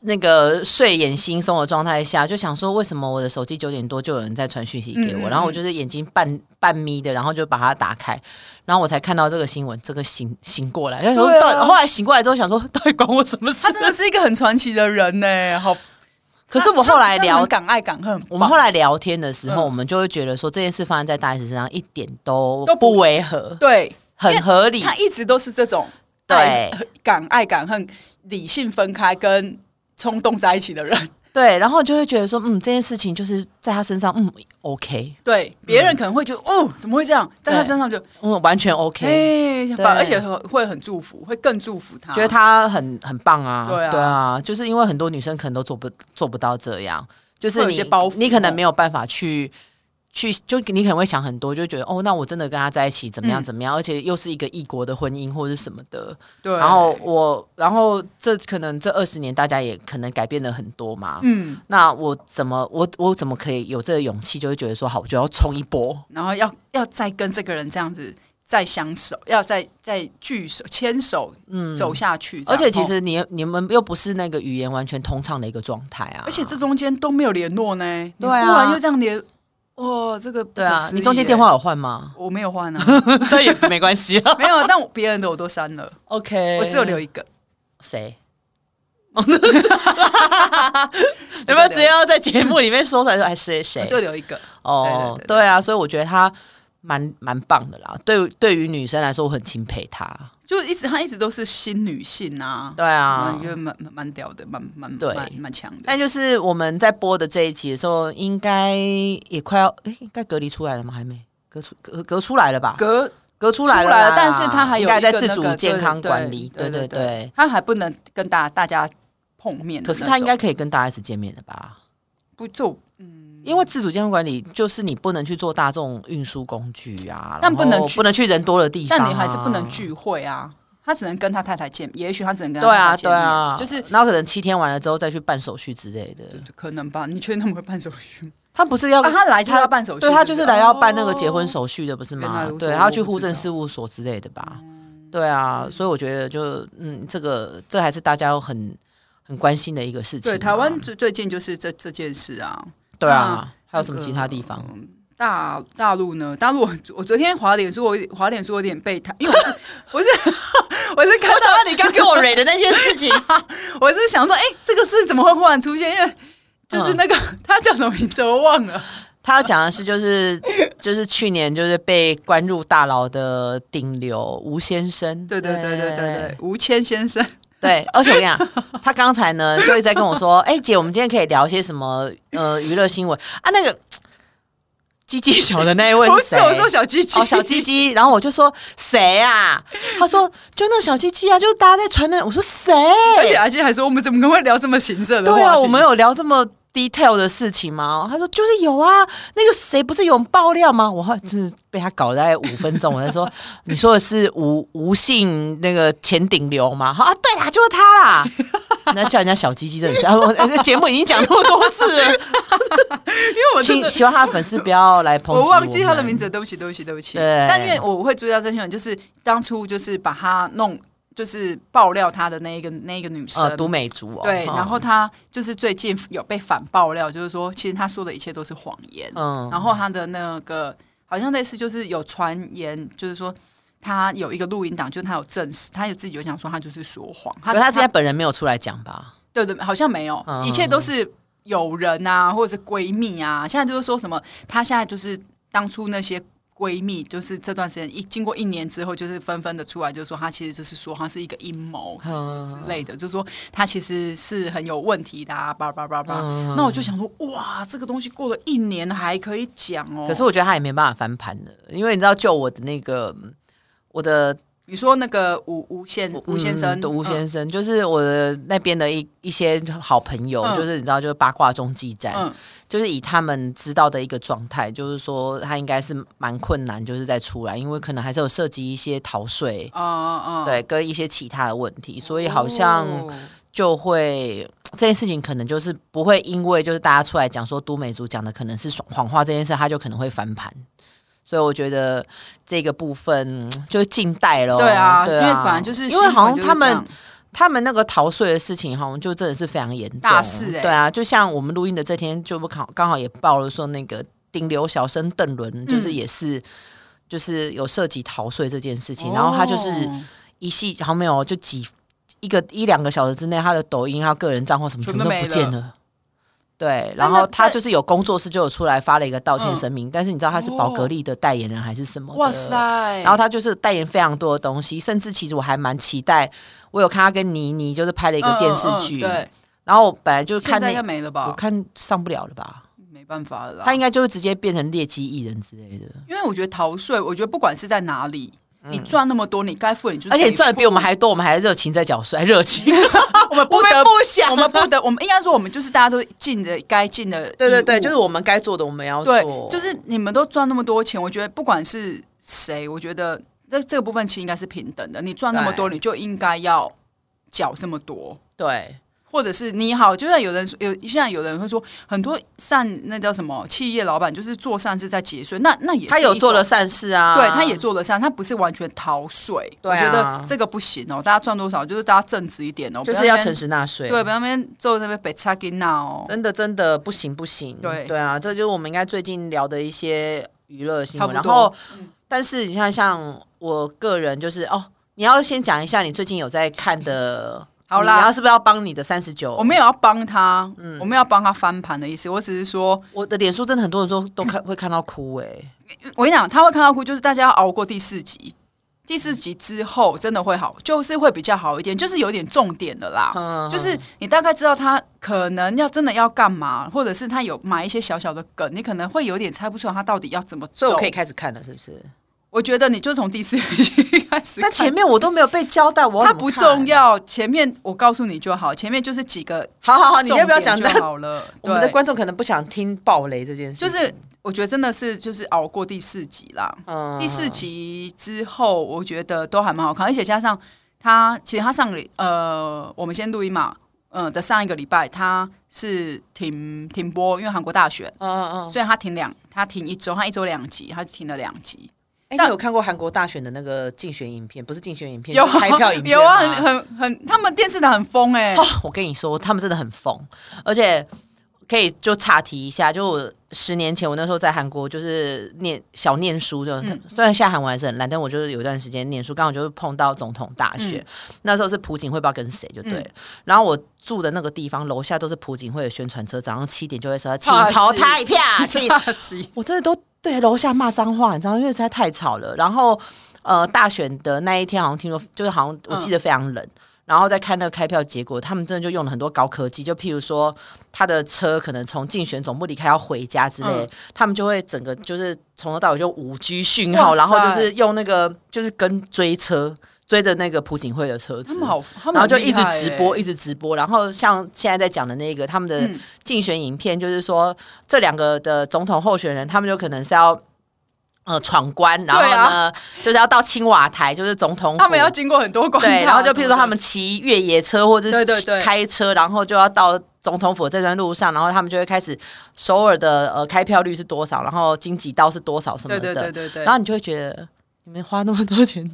Speaker 1: 那个睡眼惺忪的状态下，就想说为什么我的手机九点多就有人在传讯息给
Speaker 2: 嗯
Speaker 1: 我，
Speaker 2: 嗯
Speaker 1: 然后我
Speaker 2: 嗯
Speaker 1: 就是眼睛半半眯的，然后就把它打开，然后我才看到这个新闻，这个醒醒过来，然后
Speaker 2: 对啊
Speaker 1: 到、后来醒过来之后想说，到底关我什么事
Speaker 2: 他？真的是一个很传奇的人呢、好，
Speaker 1: 可是我们后来
Speaker 2: 他真的很
Speaker 1: 聊，
Speaker 2: 敢爱敢恨，
Speaker 1: 我们后来聊天的时候，
Speaker 2: 嗯
Speaker 1: 我们就会觉得说这件事发生在大 S 身上一点都
Speaker 2: 都
Speaker 1: 不
Speaker 2: 不
Speaker 1: 违和，
Speaker 2: 对
Speaker 1: 很合理。
Speaker 2: 他一直都是这种
Speaker 1: 对
Speaker 2: 爱敢爱敢恨、理性分开跟冲动在一起的人。
Speaker 1: 对，然后就会觉得说，嗯，这件事情就是在他身上，嗯，OK，
Speaker 2: 对，别人可能会觉得、哦，怎么会这样？但他身上就
Speaker 1: 嗯，完全 OK。
Speaker 2: 哎，
Speaker 1: 对
Speaker 2: 反而且会很祝福，会更祝福他。
Speaker 1: 觉得他很很棒啊，
Speaker 2: 对啊
Speaker 1: 就是因为很多女生可能都做不做不到这样，就是
Speaker 2: 会有
Speaker 1: 你
Speaker 2: 一些包袱
Speaker 1: 你可能
Speaker 2: 哦
Speaker 1: 没有办法去。去就你可能会想很多，就觉得哦，那我真的跟他在一起怎么样
Speaker 2: 嗯
Speaker 1: 怎么样，而且又是一个异国的婚姻或者什么的。
Speaker 2: 对，
Speaker 1: 然后我，然后这可能这二十年大家也可能改变了很多嘛。
Speaker 2: 嗯，
Speaker 1: 那我怎么我我怎么可以有这个勇气，就会觉得说好，我就要冲一波。
Speaker 2: 然后要要再跟这个人这样子再相守，要再再聚手牵手，嗯，走下去这
Speaker 1: 而
Speaker 2: 样。
Speaker 1: 且其
Speaker 2: 哦，
Speaker 1: 实你你们又不是那个语言完全通畅的一个状态啊。
Speaker 2: 而且这中间都没有联络呢，
Speaker 1: 对啊
Speaker 2: 你忽然又这样联，哇，这个不可
Speaker 1: 对啊
Speaker 2: 思，议
Speaker 1: 你中间
Speaker 2: 耶
Speaker 1: 电话有换 吗？
Speaker 2: 我没有换啊，
Speaker 1: 但也没关系啊。
Speaker 2: 没有，但我别人的我都删了，
Speaker 1: OK，
Speaker 2: 我只有留一个。
Speaker 1: 谁？ 有没有直接要在节目里面说出来说哎谁谁
Speaker 2: 我？只有留一个，
Speaker 1: 哦
Speaker 2: 对对，对
Speaker 1: 对啊，所以我觉得他蛮蛮棒的啦。对，对于女生来说，我很钦佩他。
Speaker 2: 就一直她一直都是新女性啊，
Speaker 1: 对啊
Speaker 2: 嗯，觉得蛮蛮蛮屌的，蛮蛮
Speaker 1: 对
Speaker 2: 蛮蛮强的。
Speaker 1: 但就是我们在播的这一集的时候，应该也快要哎，应该隔离出来了吗？还没隔出隔隔出来了吧？
Speaker 2: 隔
Speaker 1: 隔出来了
Speaker 2: 出
Speaker 1: 啦，
Speaker 2: 来了但是他还有
Speaker 1: 应该在
Speaker 2: 一个
Speaker 1: 自
Speaker 2: 那
Speaker 1: 主
Speaker 2: 个
Speaker 1: 健
Speaker 2: 对
Speaker 1: 康
Speaker 2: 对
Speaker 1: 管理。对
Speaker 2: 对
Speaker 1: 对
Speaker 2: 对
Speaker 1: 对。
Speaker 2: 他还不能跟大大家碰面的
Speaker 1: 可
Speaker 2: 那种，
Speaker 1: 是他应该可以跟大 S 见面的吧？
Speaker 2: 不就，嗯
Speaker 1: 因为自主健康管理就是你不能去做大众运输工具啊，
Speaker 2: 但不能
Speaker 1: 然后
Speaker 2: 去
Speaker 1: 不能去人多的地方、啊
Speaker 2: 但你还是不能。聚会啊。他只能跟他太太见，也许他只能跟
Speaker 1: 对
Speaker 2: 他太
Speaker 1: 啊，
Speaker 2: 太见
Speaker 1: 对
Speaker 2: 面，
Speaker 1: 啊，
Speaker 2: 就是
Speaker 1: 然后可能七天完了之后再去办手续之类的。
Speaker 2: 可能吧。你确定他们会办手续吗？
Speaker 1: 他不是要、
Speaker 2: 啊，他来就是要办手续，
Speaker 1: 对他就是来要办
Speaker 2: 哦
Speaker 1: 那个结婚手续的，不是吗
Speaker 2: 原来？如此
Speaker 1: 对，
Speaker 2: 我
Speaker 1: 他要去
Speaker 2: 我不
Speaker 1: 户政
Speaker 2: 知道
Speaker 1: 事务所之类的吧？对啊，所以我觉得就嗯，这个这还是大家很很关心的一个事情啊。
Speaker 2: 对，台湾最最近就是这这件事啊。
Speaker 1: 对啊，还有
Speaker 2: 那
Speaker 1: 什么
Speaker 2: 个
Speaker 1: 其他地方？
Speaker 2: 大大陆呢？大陆我我昨天滑脸书，我有点滑脸书有点被他，因为我是 我是我是看到
Speaker 1: 你刚给我蕊的那些事情，
Speaker 2: 我是
Speaker 1: 嗯
Speaker 2: 想说，哎、这个事怎么会忽然出现？因为就是那个、他叫什么名字我忘了，
Speaker 1: 他要讲的是，就是就是去年就是被关入大牢的顶流吴先生。
Speaker 2: 对对对对对对，吴谦 先生，
Speaker 1: 对，而且我跟你讲，他刚才呢就一直在跟我说：“哎、姐，我们今天可以聊些什么？呃，娱乐新闻啊？那个鸡鸡小的那一位
Speaker 2: 不是
Speaker 1: 谁？
Speaker 2: 我说小鸡鸡，
Speaker 1: 哦，小鸡，鸡。然后我就说谁啊？他说就那个小鸡鸡啊，就是大家在传的。我说谁？
Speaker 2: 而且阿基还说我们怎么可能会聊这么情色的话
Speaker 1: 对
Speaker 2: 题？
Speaker 1: 啊，我们有聊这么 detail 的事情吗？他说就是有啊，那个谁不是有爆料吗？我还真是被他搞在五分 钟，我在说你说的是吴吴姓那个前顶流吗？他说啊，对啦，就是他 啦。那叫人家小鸡鸡真的是，啊我这节目已经讲那么多次了，
Speaker 2: 因为 我真
Speaker 1: 请
Speaker 2: 的
Speaker 1: 喜欢他的粉丝不要来抨击
Speaker 2: 我忘记他的
Speaker 1: 们
Speaker 2: 名字，对不起，对不起，对不起。
Speaker 1: 对
Speaker 2: 但因为我会注意到这新闻，就是当初就是把他弄，就是爆料他的那一个那一个女生。
Speaker 1: 呃，独美族哦，
Speaker 2: 对，
Speaker 1: 哦
Speaker 2: 然后他就是最近有被反爆料，就是说，其实他说的一切都是谎言。
Speaker 1: 嗯
Speaker 2: 然后他的那个好像类似就是有传言，就是说他有一个录音档，就是他有证实，他有自己有讲说他就是说谎。
Speaker 1: 可
Speaker 2: 他
Speaker 1: 是他今天本人没有出来讲吧？
Speaker 2: 对对，好像没有，
Speaker 1: 嗯
Speaker 2: 一切都是友人啊，或者是闺蜜啊。现在就是说什么，她现在就是当初那些闺蜜，就是这段时间一经过一年之后，就是纷纷的出来，就是说她其实就是说她是一个阴谋
Speaker 1: 嗯
Speaker 2: 什么什么之类的，就是说她其实是很有问题的啊，叭叭叭
Speaker 1: 嗯
Speaker 2: 叭。那我就想说，哇，这个东西过了一年还可以讲哦。
Speaker 1: 可是我觉得他也没办法翻盘的，因为你知道，就我的那个我的
Speaker 2: 你说那个吴吴先吴先生，
Speaker 1: 嗯对吴
Speaker 2: 嗯
Speaker 1: 先生，就是我的那边的一一些好朋友，
Speaker 2: 嗯
Speaker 1: 就是你知道，就是八卦中继站，
Speaker 2: 嗯
Speaker 1: 就是以他们知道的一个状态，就是说他应该是蛮困难，就是在出来，因为可能还是有涉及一些逃税，
Speaker 2: 啊啊，嗯
Speaker 1: 对，，跟一些其他的问题，所以好像
Speaker 2: 哦
Speaker 1: 就会。这件事情可能就是不会因为就是大家出来讲说都美竹讲的可能是谎谎话这件事，他就可能会翻盘，所以我觉得这个部分嗯就静待咯。
Speaker 2: 对啊，因
Speaker 1: 对
Speaker 2: 为本来就是
Speaker 1: 因为好像
Speaker 2: 新闻就是
Speaker 1: 他
Speaker 2: 这
Speaker 1: 们
Speaker 2: 样
Speaker 1: 他们那个逃税的事情，好像就真的是非常严重
Speaker 2: 大事欸
Speaker 1: 对啊，就像我们录音的这天，就不刚刚好也报了说那个顶流小生邓
Speaker 2: 嗯
Speaker 1: 伦，就是也是、就是有涉及逃税这件事情，然后他就是呃
Speaker 2: 哦
Speaker 1: 一系好像没有就几一个一两个小时之内，他的抖音、他个人账户什么
Speaker 2: 全
Speaker 1: 全
Speaker 2: 部
Speaker 1: 部
Speaker 2: 都
Speaker 1: 都
Speaker 2: 没
Speaker 1: 不见
Speaker 2: 了
Speaker 1: 了。对，
Speaker 2: 那
Speaker 1: 然后
Speaker 2: 那
Speaker 1: 他
Speaker 2: 这
Speaker 1: 就是有工作室就有出来发了一个道歉
Speaker 2: 嗯
Speaker 1: 声明，但是你知道他是宝格丽的代言人还是什么的？
Speaker 2: 哇塞！
Speaker 1: 然后他就是代言非常多的东西，甚至其实我还蛮期待，我有看他跟倪妮就是拍了一个电视剧，
Speaker 2: 嗯嗯嗯
Speaker 1: 然后我本来就
Speaker 2: 对，现
Speaker 1: 看
Speaker 2: 在应该
Speaker 1: 那
Speaker 2: 没了
Speaker 1: 我
Speaker 2: 吧？
Speaker 1: 看上不了了吧，
Speaker 2: 没办法了啦，
Speaker 1: 他应该就会直接变成劣迹艺人之类的，
Speaker 2: 因为我觉得逃税，我觉得不管是在哪里，你赚那么多，你该付你就是，
Speaker 1: 嗯而且你赚的比我们还多，我们还热情在缴税，还热情，
Speaker 2: 我 们
Speaker 1: 不
Speaker 2: 不
Speaker 1: 得
Speaker 2: 得
Speaker 1: 不想，
Speaker 2: 我们不得，我们应该说我们就是大家都尽的该尽的义务，
Speaker 1: 对对对，就是我们该做的我们要做，
Speaker 2: 对，就是你们都赚那么多钱，我觉得不管是谁，我觉得在这个部分其实应该是平等的，你赚那么多，你就应该要缴这么多。
Speaker 1: 对。
Speaker 2: 或者是你好，就像有人说有，现在有人会说很多善那叫什么企业老板，就是做善事在节税，那那也是
Speaker 1: 他有
Speaker 2: 一
Speaker 1: 做
Speaker 2: 种
Speaker 1: 了，善事啊，
Speaker 2: 对，他也做了善，他不是完全逃税。
Speaker 1: 对啊
Speaker 2: 我觉得这个不行哦，大家赚多少就是大家正直一点哦，
Speaker 1: 就是要
Speaker 2: 不
Speaker 1: 诚
Speaker 2: 那边
Speaker 1: 实纳税，
Speaker 2: 对，不要那边做那边北差给闹哦，
Speaker 1: 真的真的不行不行，
Speaker 2: 对
Speaker 1: 对啊，这就是我们应该最近聊的一些娱乐新
Speaker 2: 差
Speaker 1: 闻。
Speaker 2: 不
Speaker 1: 然
Speaker 2: 多
Speaker 1: 后，但是你看，像我个人就是哦，你要先讲一下你最近有在看的，
Speaker 2: 嗯好
Speaker 1: 你要
Speaker 2: 啦。
Speaker 1: 是不是要帮你的嗯三十九？
Speaker 2: 我没有要帮他，我没有要帮他翻盘的意思，我只是说，
Speaker 1: 我的脸书真的很多人都都看会看到哭哎、
Speaker 2: 我跟你讲，他会看到哭，就是大家要熬过第四集，第四集之后真的会好，就是会比较好一点，就是有点重点的啦。
Speaker 1: 嗯，
Speaker 2: 就是你大概知道他可能要真的要干嘛，或者是他有埋一些小小的梗，你可能会有点猜不出来他到底要怎么
Speaker 1: 所
Speaker 2: 做。
Speaker 1: 以我可以，开始看了，是不是？
Speaker 2: 我觉得你就从第四集 开始看。
Speaker 1: 那前面我都没有被交代，我要
Speaker 2: 它
Speaker 1: 怎么
Speaker 2: 不
Speaker 1: 看啊
Speaker 2: 重。要，前面我告诉你就好，前面就是几个
Speaker 1: 好好好，啊你
Speaker 2: 重
Speaker 1: 先不要
Speaker 2: 点
Speaker 1: 讲，
Speaker 2: 就
Speaker 1: 但
Speaker 2: 好了。
Speaker 1: 我们的
Speaker 2: 对
Speaker 1: 观众可能不想听暴雷这件事。
Speaker 2: 就是，我觉得真的是就是熬过第四集啦。
Speaker 1: 嗯
Speaker 2: 第四集之后，我觉得都还蛮好看，而且加上他，其实他上个礼呃，我们先录音嘛，嗯、的上一个礼拜他是停停播，因为韩国大选，
Speaker 1: 嗯嗯嗯，
Speaker 2: 所以他停两，他停一周，他一周两集，他就停了两集，
Speaker 1: 哎、
Speaker 2: 但
Speaker 1: 你有看过韩国大选的那个竞选影片？不是竞选影片，
Speaker 2: 有
Speaker 1: 就是
Speaker 2: 啊
Speaker 1: 开票影片
Speaker 2: 有啊，
Speaker 1: 吗
Speaker 2: 很 很很，他们电视台很疯哎、
Speaker 1: 哦，我跟你说，他们真的很疯，而且可以就岔题一下，就我十年前我那时候在韩国就是念小念书就，
Speaker 2: 嗯
Speaker 1: 虽然现在韩文还是很烂，但我就是有一段时间念书，刚好就是碰到总统大选，
Speaker 2: 嗯
Speaker 1: 那时候是朴槿惠不知道跟谁就对了，然后我住的那个地方楼下都是朴槿惠的宣传车，早上七点就会说请
Speaker 2: 啊
Speaker 1: 投他一 票，请
Speaker 2: 大喜，
Speaker 1: 我真的都对楼下骂脏话，你知道，因为实在太吵了。然后呃，大选的那一天好像听说，就是好像我记得非常冷。
Speaker 2: 嗯
Speaker 1: 然后再看那个开票结果，他们真的就用了很多高科技，就譬如说他的车可能从竞选总部离开要回家之类，
Speaker 2: 嗯
Speaker 1: 他们就会整个就是从头到尾就五 G 讯
Speaker 2: 哇
Speaker 1: 号，
Speaker 2: 塞
Speaker 1: 然后就是用那个就是跟追车追着那个朴槿惠的车子，
Speaker 2: 他们好，他
Speaker 1: 然
Speaker 2: 们
Speaker 1: 后
Speaker 2: 很
Speaker 1: 就一直
Speaker 2: 厉害
Speaker 1: 直
Speaker 2: 欸
Speaker 1: 播，一直直播。然后像现在在讲的那个他们的
Speaker 2: 嗯
Speaker 1: 竞选影片，就是说、这两个的总统候选人，他们就可能是要呃闯关，然后
Speaker 2: 对啊
Speaker 1: 呢、就是要到青瓦台，就是总统府
Speaker 2: 他们要经过很多关卡，
Speaker 1: 对，然后就譬如说他们骑越野车或者
Speaker 2: 对
Speaker 1: 是
Speaker 2: 对
Speaker 1: 骑
Speaker 2: 对
Speaker 1: 开车，然后就要到总统府这段路上，然后他们就会开始首尔的呃开票率是多少，然后经济道是多少什么
Speaker 2: 对
Speaker 1: 的，
Speaker 2: 对对对对，
Speaker 1: 然后你就会觉得。你们花那么多钱，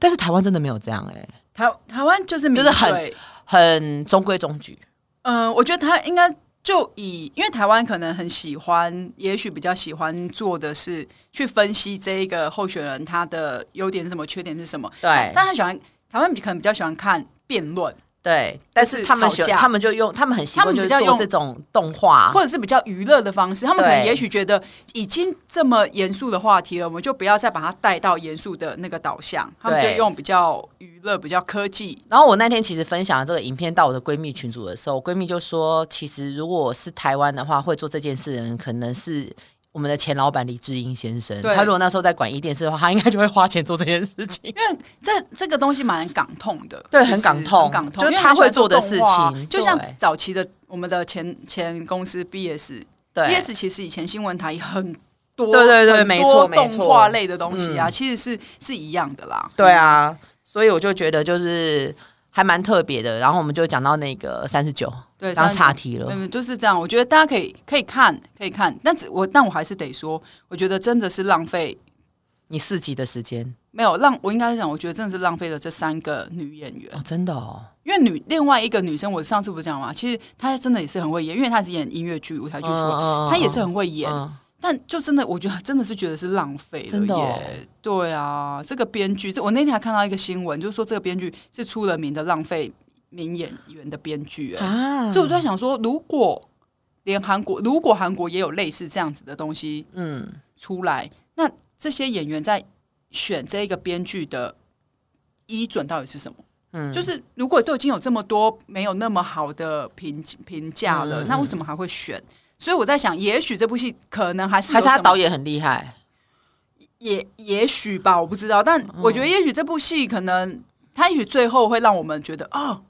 Speaker 1: 但是台湾真的没有这样哎、
Speaker 2: 台台湾就是
Speaker 1: 就是
Speaker 2: 民
Speaker 1: 很
Speaker 2: 粹
Speaker 1: 很中规中矩。
Speaker 2: 嗯，我觉得他应该就以，因为台湾可能很喜欢，也许比较喜欢做的是去分析这一个候选人他的优点是什么，缺点是什么。
Speaker 1: 对
Speaker 2: 但他喜欢台湾可能比较喜欢看辩论，
Speaker 1: 对，但
Speaker 2: 就是
Speaker 1: 是他们
Speaker 2: 吵
Speaker 1: 喜欢
Speaker 2: 架
Speaker 1: 他们就用，他们很习
Speaker 2: 他
Speaker 1: 惯
Speaker 2: 们
Speaker 1: 就是
Speaker 2: 比较
Speaker 1: 做
Speaker 2: 用
Speaker 1: 这种动画
Speaker 2: 或，者是比较娱乐的方式。他们可能
Speaker 1: 对
Speaker 2: 也许觉得已经这么严肃的话题了，我们就不要再把它带到严肃的那个导向，他们就
Speaker 1: 对
Speaker 2: 用比较娱乐、比较科技。
Speaker 1: 然后我那天其实分享了这个影片到我的闺蜜群组的时候，我闺蜜就说，其实如果是台湾的话，会做这件事的人可能是。我们的前老板李志英先生，
Speaker 2: 对
Speaker 1: 他如果那时候在管一电视的话，他应该就会花钱做这件事情。
Speaker 2: 这这个东西蛮港痛的，
Speaker 1: 对
Speaker 2: 就是
Speaker 1: 很港痛
Speaker 2: 很港痛，
Speaker 1: 就是
Speaker 2: 因为
Speaker 1: 他
Speaker 2: 很喜欢
Speaker 1: 会做的事
Speaker 2: 动画啊
Speaker 1: 情
Speaker 2: 就像
Speaker 1: 对
Speaker 2: 早期的我们的前前公司 BS，BS
Speaker 1: 对
Speaker 2: 其实以前新闻台很多，
Speaker 1: 对对对
Speaker 2: 很多
Speaker 1: 没错没
Speaker 2: 动
Speaker 1: 错
Speaker 2: 画类的东西啊，其实是是一样的啦，
Speaker 1: 对啊，所以我就觉得就是还蛮特别的。然后我们就讲到那个三十九，
Speaker 2: 对
Speaker 1: 刚刚
Speaker 2: 39
Speaker 1: 岔题了。
Speaker 2: 嗯，就是这样。我觉得大家可以可以看，可以看，但只我但我还是得说，我觉得真的是浪费，
Speaker 1: 你四集的时间
Speaker 2: 没有浪。我应该是讲，我觉得真的是浪费了这三个女演员，
Speaker 1: 哦，真的哦，
Speaker 2: 因为女另外一个女生，我上次不是讲嘛，其实她真的也是很会演，因为她是演音乐剧、舞台剧出来，她也是很会演，
Speaker 1: 嗯
Speaker 2: 但就真的我觉得真的是觉得是浪费了耶，
Speaker 1: 真的哦
Speaker 2: 对啊，这个编剧，这我那天还看到一个新闻，就是说这个编剧是出了名的浪费名演员的编剧、哎、
Speaker 1: 啊
Speaker 2: 所以我就在想说，如果连韩国，如果韩国也有类似这样子的东西
Speaker 1: 嗯，
Speaker 2: 出来，那这些演员在选这个编剧的依准到底是什么？
Speaker 1: 嗯
Speaker 2: 就是如果都已经有这么多没有那么好的评评价
Speaker 1: 嗯
Speaker 2: 了，那为什么还会选？所以我在想，也许这部戏可能还是
Speaker 1: 还是他导
Speaker 2: 演，
Speaker 1: 演很厉害，
Speaker 2: 也也许吧，我不知道。但我觉得，也许这部戏可能，它也许最后会让我们觉得，哦，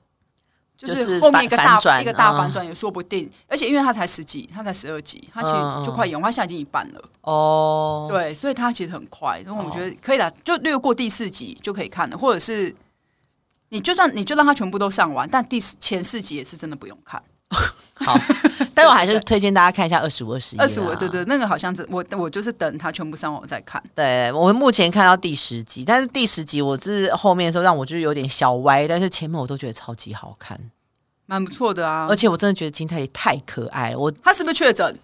Speaker 2: 就
Speaker 1: 就是是
Speaker 2: 后面
Speaker 1: 反
Speaker 2: 一个大
Speaker 1: 反转
Speaker 2: 一个大
Speaker 1: 嗯
Speaker 2: 反转也说不定。而且因为它才十几，它才十二集，它其
Speaker 1: 嗯嗯
Speaker 2: 实就快演完，它现在已经一半了。
Speaker 1: 哦，
Speaker 2: 对，所以它其实很快，然后我觉得可以啦，就略过第四集就可以看了，或者是你就算你就让它全部都上完，但第四前四集也是真的不用看。
Speaker 1: 好，但我还是推荐大家看一下二十五、二十一、啊
Speaker 2: 二十五，对。对，那个好像是我我就是等它全部上完我再看。
Speaker 1: 对我们目前看到第十集，但是第十集我是后面的时候让我就是有点小歪，但是前面我都觉得超级好看，
Speaker 2: 嗯蛮不错的啊
Speaker 1: 而，且我真的觉得金泰梨太可爱了。我
Speaker 2: 他是不是确诊？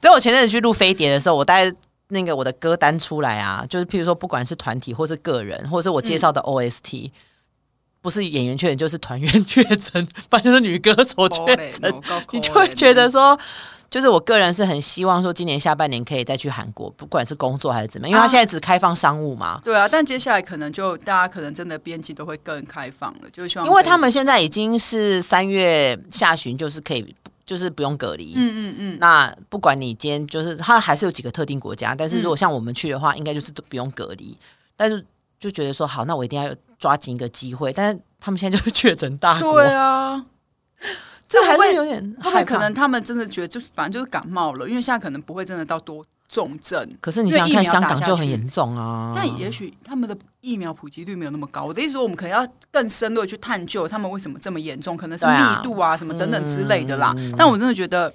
Speaker 1: 等我前阵子去录飞碟的时候，我带那个我的歌单出来啊，就是譬如说不管是团体或是个人，或者是我介绍
Speaker 2: 嗯
Speaker 1: 的 OST，、不是演员确诊就是团员 确诊，不然就是女歌手确
Speaker 2: 哦
Speaker 1: 诊，你就会觉得说，就是我个人是很希望说，今年下半年可以再去韩国，不管是工作还是怎么样，因为
Speaker 2: 啊
Speaker 1: 他现在只开放商务嘛。
Speaker 2: 对啊。但接下来可能就大家可能真的编辑都会更开放了，就是希望
Speaker 1: 因为
Speaker 2: 可以
Speaker 1: 他们现在已经是三月下旬，就是可以，就是不用隔离。
Speaker 2: 嗯嗯嗯，
Speaker 1: 那不管你今天就是，它还是有几个特定国家，但是如果像我们去的话，应该就是都不用隔离。但是就觉得说，好，那我一定要抓紧一个机会。但是他们现在就是确诊大国，
Speaker 2: 对啊。
Speaker 1: 这还
Speaker 2: 会不会
Speaker 1: 是有点
Speaker 2: 会不会
Speaker 1: 害
Speaker 2: 可
Speaker 1: 怕
Speaker 2: 能？他们真的觉得就是反正就是感冒了，因为现在可能不会真的到多重症，
Speaker 1: 可是你想想
Speaker 2: 因为
Speaker 1: 看，
Speaker 2: 疫苗
Speaker 1: 香
Speaker 2: 打
Speaker 1: 港就
Speaker 2: 下
Speaker 1: 很
Speaker 2: 去
Speaker 1: 严重啊。
Speaker 2: 但也许他们的疫苗普及率没有那么高。我的意思说，我们可能要更深入的去探究他们为什么这么严重，可能是
Speaker 1: 对
Speaker 2: 密
Speaker 1: 啊嗯
Speaker 2: 度啊什么等等之类的啦。但我真的觉得，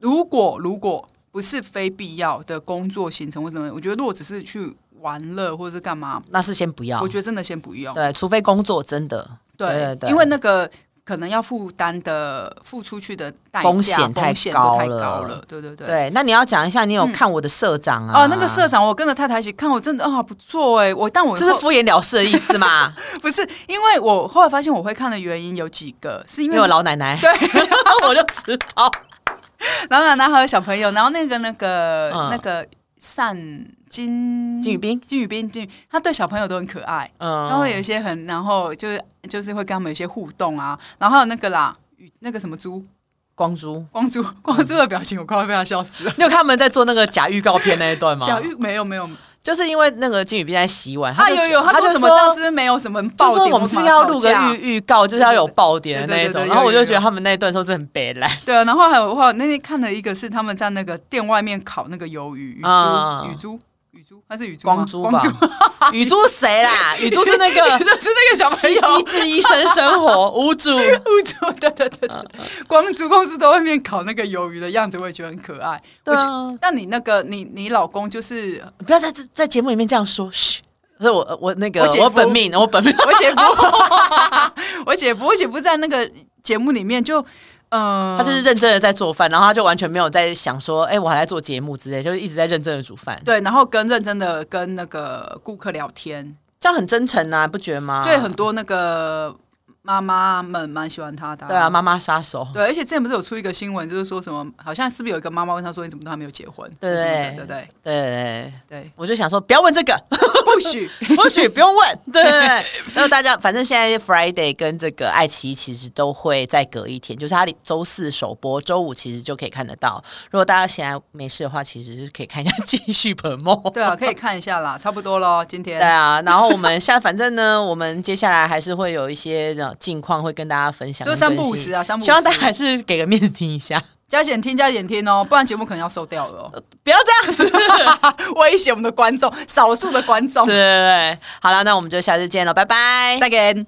Speaker 2: 如果如果不是非必要的工作行程或什么，我觉得如果只是去玩乐或者是干嘛，
Speaker 1: 那是先不要，
Speaker 2: 我觉得真的先不用。
Speaker 1: 对，除非工作真的，对对对
Speaker 2: 因为那个可能要负担的付出去的代价
Speaker 1: 风险太
Speaker 2: 风险都
Speaker 1: 高
Speaker 2: 太
Speaker 1: 了
Speaker 2: 高了，对对对。
Speaker 1: 对，那你要讲一下，你有看我的社长啊？
Speaker 2: 哦，那个社长，我跟着太太一起看，我真的啊、不错哎，我但我
Speaker 1: 这是
Speaker 2: 后
Speaker 1: 敷衍了事的意思 吗？
Speaker 2: 不是因为我后来发现我会看的原因有几个，是因
Speaker 1: 因
Speaker 2: 为
Speaker 1: 为我老奶奶，
Speaker 2: 对，
Speaker 1: 我就知 道。
Speaker 2: 然后奶奶还有小朋友，然后那个那个、
Speaker 1: 嗯
Speaker 2: 那个善金
Speaker 1: 金宇彬
Speaker 2: 金宇彬金宇，他对小朋友都很可爱，
Speaker 1: 嗯，
Speaker 2: 然后有一些很，然后就是就是会跟他们有一些互动啊，然后还有那个啦，与那个什么猪
Speaker 1: 光洙，
Speaker 2: 光猪光猪的表情，我快要被他笑死了。
Speaker 1: 你有看他们在做那个假预告片那一段吗？
Speaker 2: 小玉没有没有，
Speaker 1: 就是因为那个金宇彬在洗碗，
Speaker 2: 他
Speaker 1: 就
Speaker 2: 啊有有，他
Speaker 1: 就
Speaker 2: 说什么这样是不是没有什么
Speaker 1: 就
Speaker 2: 爆
Speaker 1: 说
Speaker 2: 点？
Speaker 1: 我们是不是要录个
Speaker 2: 玉？
Speaker 1: 预预告，就是要有爆点的那一
Speaker 2: 对对对
Speaker 1: 种，
Speaker 2: 对对
Speaker 1: 然后我
Speaker 2: 有
Speaker 1: 就
Speaker 2: 有
Speaker 1: 觉得他们那一段时候是很北 蓝，
Speaker 2: 对啊，然后还有我那天看了一个是他们在那个店外面烤那个鱿鱼，
Speaker 1: 啊
Speaker 2: 雨珠雨珠雨珠，它是雨珠吗
Speaker 1: 光珠吧
Speaker 2: 光珠，
Speaker 1: 雨珠谁啦？雨珠是那个
Speaker 2: 就是那个小朋
Speaker 1: 《
Speaker 2: 友
Speaker 1: 机。智医生生活》无 主，
Speaker 2: 光珠，对对对对对，光珠光珠在外面烤那个鱿鱼的样子，我也觉得很可爱。
Speaker 1: 对
Speaker 2: 我觉
Speaker 1: 啊，
Speaker 2: 但你那个你你老公就是
Speaker 1: 不要在这在节目里面这样说，嘘。所以我我嗯那个
Speaker 2: 我姐夫
Speaker 1: 我本命我本命，
Speaker 2: 我姐夫，我姐夫，我姐夫在那个节目里面就，呃，
Speaker 1: 他就是认真的在做饭，然后他就完全没有在想说，哎、我还在做节目之类，就是一直在认真的煮饭，
Speaker 2: 对，然后跟认真的跟那个顾客聊天，
Speaker 1: 这样很真诚啊，不觉得吗？
Speaker 2: 所以很多那个妈妈们蛮喜欢他的、
Speaker 1: 对啊，。妈妈杀手，
Speaker 2: 对，而且之前不是有出一个新闻，就是说什么，好像是不是有一个妈妈问他说：“你怎么都还没有结婚？”
Speaker 1: 对
Speaker 2: 什么的对对
Speaker 1: 对对对，
Speaker 2: 对，
Speaker 1: 我就想说不要问这个，
Speaker 2: 不许
Speaker 1: 或许不用问，对对对。 然后大家反正现在 Friday 跟这个爱奇艺其实都会再隔一天，就是它周四首播，周五其实就可以看得到。如果大家闲来没事的话，其实是可以看一下 继续捧梦。
Speaker 2: 对啊，可以看一下啦，差不多咯。今天
Speaker 1: 对啊，然后我们现在反正呢，我们接下来还是会有一些呃近况会跟大家分享，
Speaker 2: 就是三不五时啊，三不五
Speaker 1: 希望大家
Speaker 2: 时，
Speaker 1: 还是给个面听一下，
Speaker 2: 加减听加减听哦，不然节目可能要收掉了、哦，
Speaker 1: 不要这样子。
Speaker 2: 威胁我们的观众，少数的观众
Speaker 1: 对对。对，好了，那我们就下次见了，拜拜。
Speaker 2: 再见。